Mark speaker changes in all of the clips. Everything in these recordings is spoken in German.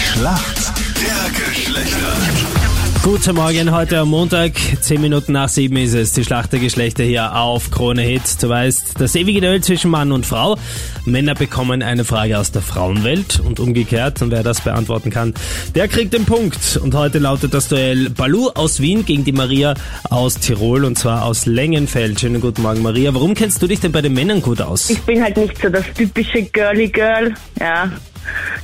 Speaker 1: Schlacht der Geschlechter.
Speaker 2: Guten Morgen, heute am Montag, 10 Minuten nach 7 ist es, die Schlacht der Geschlechter hier auf Krone Hit. Du weißt, das ewige Duell zwischen Mann und Frau. Männer bekommen eine Frage aus der Frauenwelt und umgekehrt. Und wer das beantworten kann, der kriegt den Punkt. Und heute lautet das Duell Balu aus Wien gegen die Maria aus Tirol und zwar aus Längenfeld. Schönen guten Morgen, Maria. Warum kennst du dich denn bei den Männern gut aus?
Speaker 3: Ich bin halt nicht so das typische Girly Girl, ja.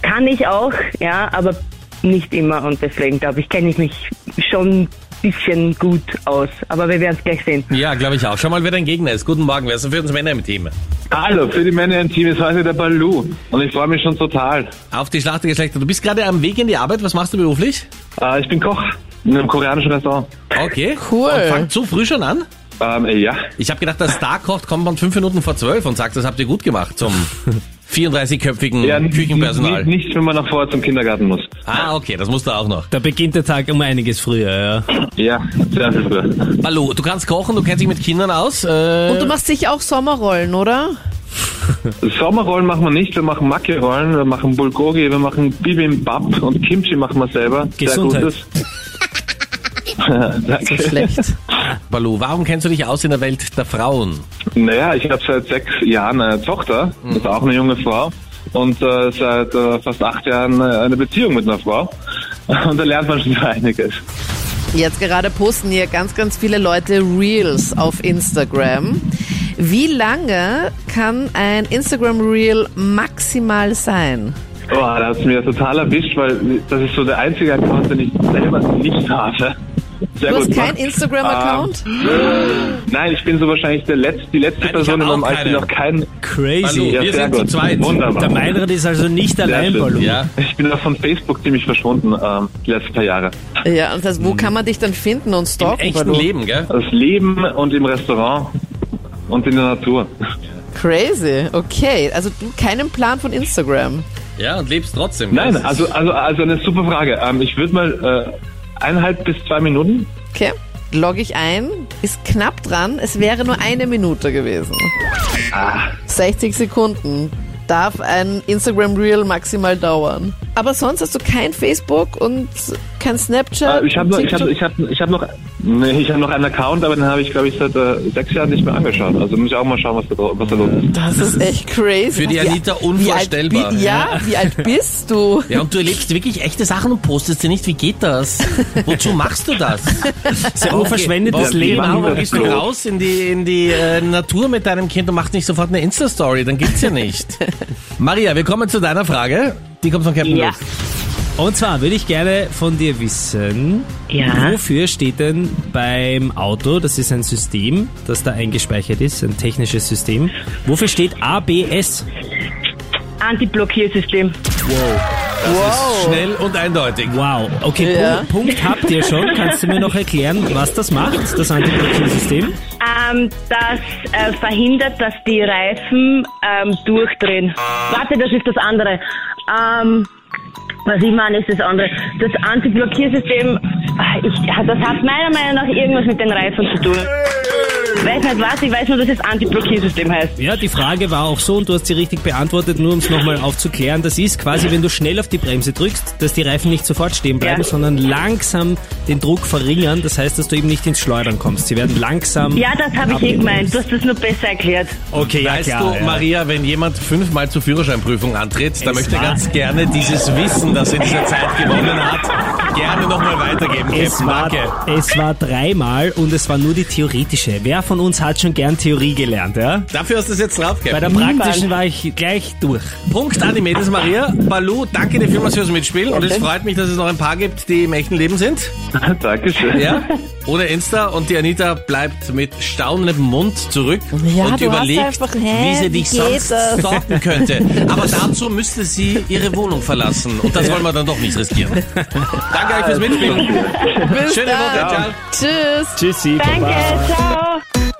Speaker 3: Kann ich auch, ja, aber nicht immer und deswegen glaube ich, kenne ich mich schon ein bisschen gut aus. Aber wir werden es gleich sehen.
Speaker 4: Ja, glaube ich auch. Schau mal, wer dein Gegner ist. Guten Morgen, wer ist denn für uns Männer im Team?
Speaker 5: Hallo, für die Männer im Team ist heute der Balu und ich freue mich schon total.
Speaker 4: Auf die Schlacht der Geschlechter. Du bist gerade am Weg in die Arbeit. Was machst du beruflich?
Speaker 5: Äh, ich bin Koch in einem koreanischen Restaurant.
Speaker 4: Okay.
Speaker 6: Cool.
Speaker 4: Und fangt so früh schon an?
Speaker 5: Ähm, äh, ja,
Speaker 4: Ich habe gedacht, der Star kocht, kommt man fünf Minuten vor zwölf und sagt, das habt ihr gut gemacht zum 34-köpfigen
Speaker 5: ja n-
Speaker 4: Küchenpersonal.
Speaker 5: n- Nichts, wenn man noch vorher zum Kindergarten muss.
Speaker 4: Ah, okay, das musst du auch noch.
Speaker 2: Da beginnt der Tag um einiges früher, ja.
Speaker 5: Ja, sehr viel früher.
Speaker 4: Hallo, du kannst kochen, du kennst dich mit Kindern aus. Äh,
Speaker 6: Und du machst dich auch Sommerrollen, oder?
Speaker 5: Sommerrollen machen wir nicht, wir machen Macke-Rollen, wir machen Bulgogi, wir machen Bibimbap und Kimchi machen wir selber.
Speaker 2: Gesundheit.
Speaker 5: Sehr gutes. Danke.
Speaker 6: Schlecht.
Speaker 4: Balu, warum kennst du dich aus in der Welt der Frauen?
Speaker 5: Naja, ich habe seit sechs Jahren eine Tochter,
Speaker 4: Mhm.
Speaker 5: das ist auch eine junge Frau, und äh, seit äh, fast acht Jahren äh, eine Beziehung mit einer Frau. Und da lernt man schon so einiges.
Speaker 6: Jetzt gerade posten hier ganz, ganz viele Leute Reels auf Instagram. Wie lange kann ein Instagram-Reel maximal sein?
Speaker 5: Oh, da hat's mir total erwischt, weil das ist so der einzige Account, den ich selber nicht habe. Sehr
Speaker 6: Du
Speaker 5: gut
Speaker 6: hast keinen
Speaker 5: gemacht.
Speaker 6: Instagram-Account?
Speaker 5: Nein, ich bin so wahrscheinlich der Letz-, die letzte
Speaker 4: Nein, ich
Speaker 5: Person in
Speaker 4: habe
Speaker 5: meinem
Speaker 4: auch
Speaker 5: Alter, die
Speaker 4: keine.
Speaker 5: noch keinen...
Speaker 2: Crazy.
Speaker 4: Balu,
Speaker 5: Ja,
Speaker 4: wir
Speaker 5: sehr
Speaker 4: sind zu
Speaker 5: gut.
Speaker 4: zweit.
Speaker 5: Wunderbar.
Speaker 2: Der Meinrad ist also nicht allein,
Speaker 5: schön.
Speaker 2: Balu.
Speaker 4: Ja.
Speaker 5: Ich bin auch von Facebook ziemlich verschwunden, ähm, die letzten paar Jahre.
Speaker 6: Ja, und das heißt, wo kann man dich dann finden
Speaker 4: Hm.
Speaker 6: und
Speaker 4: Im
Speaker 6: stalken?
Speaker 4: echten
Speaker 6: Balu?
Speaker 4: Leben, gell?
Speaker 5: Das Leben und im Restaurant und in der Natur.
Speaker 6: Crazy, okay. Also du keinen Plan von Instagram.
Speaker 4: Ja, und lebst trotzdem.
Speaker 5: Nein,
Speaker 4: Das ist-
Speaker 5: also, also, also eine super Frage. Ähm, ich würde mal äh, eineinhalb bis zwei Minuten.
Speaker 6: Okay, logge ich ein, ist knapp dran, es wäre nur eine Minute gewesen.
Speaker 5: Ah.
Speaker 6: 60 Sekunden darf ein Instagram Reel maximal dauern. Aber sonst hast du kein Facebook und kein Snapchat.
Speaker 5: Äh, ich habe noch, ich hab,
Speaker 6: TikTok?
Speaker 5: ich hab, ich hab noch, nee, ich hab noch einen Account, aber den habe ich, glaube ich, seit äh, sechs Jahren nicht mehr angeschaut. Also muss ich auch mal schauen, was da, dra- was da los ist.
Speaker 6: das ist echt crazy.
Speaker 4: Für die
Speaker 6: Wie-
Speaker 4: Anita
Speaker 6: wie alt
Speaker 4: unvorstellbar.
Speaker 6: bi- ja, wie alt bist du?
Speaker 4: Ja, und du erlebst wirklich echte Sachen und postest sie nicht. Wie geht das? Wozu machst du das?
Speaker 2: Sehr unverschwendetes
Speaker 5: Ja, wir
Speaker 2: Leben.
Speaker 5: machen
Speaker 4: Warum
Speaker 5: das
Speaker 4: gehst du
Speaker 5: bloß.
Speaker 4: raus in die, in die äh, Natur mit deinem Kind und machst nicht sofort eine Insta-Story? Dann gibt's ja nicht. Maria, wir kommen zu deiner Frage. Die kommt von Captain
Speaker 3: Ja.
Speaker 4: Lutz.
Speaker 2: Und zwar würde ich gerne von dir wissen,
Speaker 3: Ja.
Speaker 2: wofür steht denn beim Auto, das ist ein System, das da eingespeichert ist, ein technisches System, wofür steht ABS?
Speaker 3: Anti-Blockiersystem.
Speaker 4: Schnell und eindeutig.
Speaker 2: Wow, okay,
Speaker 6: Ja.
Speaker 2: Punkt, Punkt habt ihr schon. Kannst du mir noch erklären, was das macht, das Antiblocking-System?
Speaker 3: Ähm, das äh, verhindert, dass die Reifen ähm, durchdrehen. Warte, das ist das andere. Ähm, was ich meine, ist das andere. Das Anti-Blockiersystem, ah, ich, ja, das hat meiner Meinung nach irgendwas mit den Reifen zu tun. Ich weiß nicht was, ich weiß nur, dass es Anti-Blockiersystem heißt.
Speaker 2: Ja, die Frage war auch so und du hast sie richtig beantwortet, nur um es nochmal aufzuklären. Das ist quasi, wenn du schnell auf die Bremse drückst, dass die Reifen nicht sofort stehen bleiben,
Speaker 3: Ja.
Speaker 2: sondern langsam den Druck verringern. Das heißt, dass du eben nicht ins Schleudern kommst. Sie werden langsam.
Speaker 3: Ja, das habe ich eh
Speaker 2: abgebremst.
Speaker 3: gemeint. Du hast das nur besser erklärt.
Speaker 2: Okay, ja,
Speaker 4: Weißt
Speaker 2: klar.
Speaker 4: du,
Speaker 2: ja.
Speaker 4: Maria, wenn jemand fünfmal zur Führerscheinprüfung antritt, dann
Speaker 2: Es
Speaker 4: möchte er
Speaker 2: war-
Speaker 4: ganz gerne dieses Wissen, das er in dieser Zeit gewonnen hat, gerne nochmal weitergeben.
Speaker 2: Es
Speaker 4: Captain.
Speaker 2: war,
Speaker 4: Danke.
Speaker 2: es war dreimal und es war nur die theoretische. Wer von uns hat schon gern Theorie gelernt, ja?
Speaker 4: Dafür hast du es jetzt drauf,
Speaker 2: Bei
Speaker 4: Captain.
Speaker 2: der praktischen war ich gleich durch.
Speaker 4: Punkt an die Mädels, Maria. Balu, danke dir vielmals fürs Mitspielen. Und es freut mich, dass es noch ein paar gibt, die im echten Leben sind.
Speaker 5: Dankeschön.
Speaker 4: Ja. Ohne Insta. Und die Anita bleibt mit staunendem Mund zurück
Speaker 6: Ja,
Speaker 4: und
Speaker 6: du hast
Speaker 4: überlegt,
Speaker 6: einfach, hä,
Speaker 4: wie sie
Speaker 6: wie
Speaker 4: dich
Speaker 6: geht
Speaker 4: sonst
Speaker 6: das?
Speaker 4: stalken könnte. Aber dazu müsste sie ihre Wohnung verlassen. Und das wollen wir dann doch nicht riskieren. Danke euch fürs Mitspielen.
Speaker 6: Bis
Speaker 4: Schöne
Speaker 6: dann.
Speaker 4: Woche. Ciao.
Speaker 6: Tschüss.
Speaker 2: Tschüssi,
Speaker 3: Danke, ciao.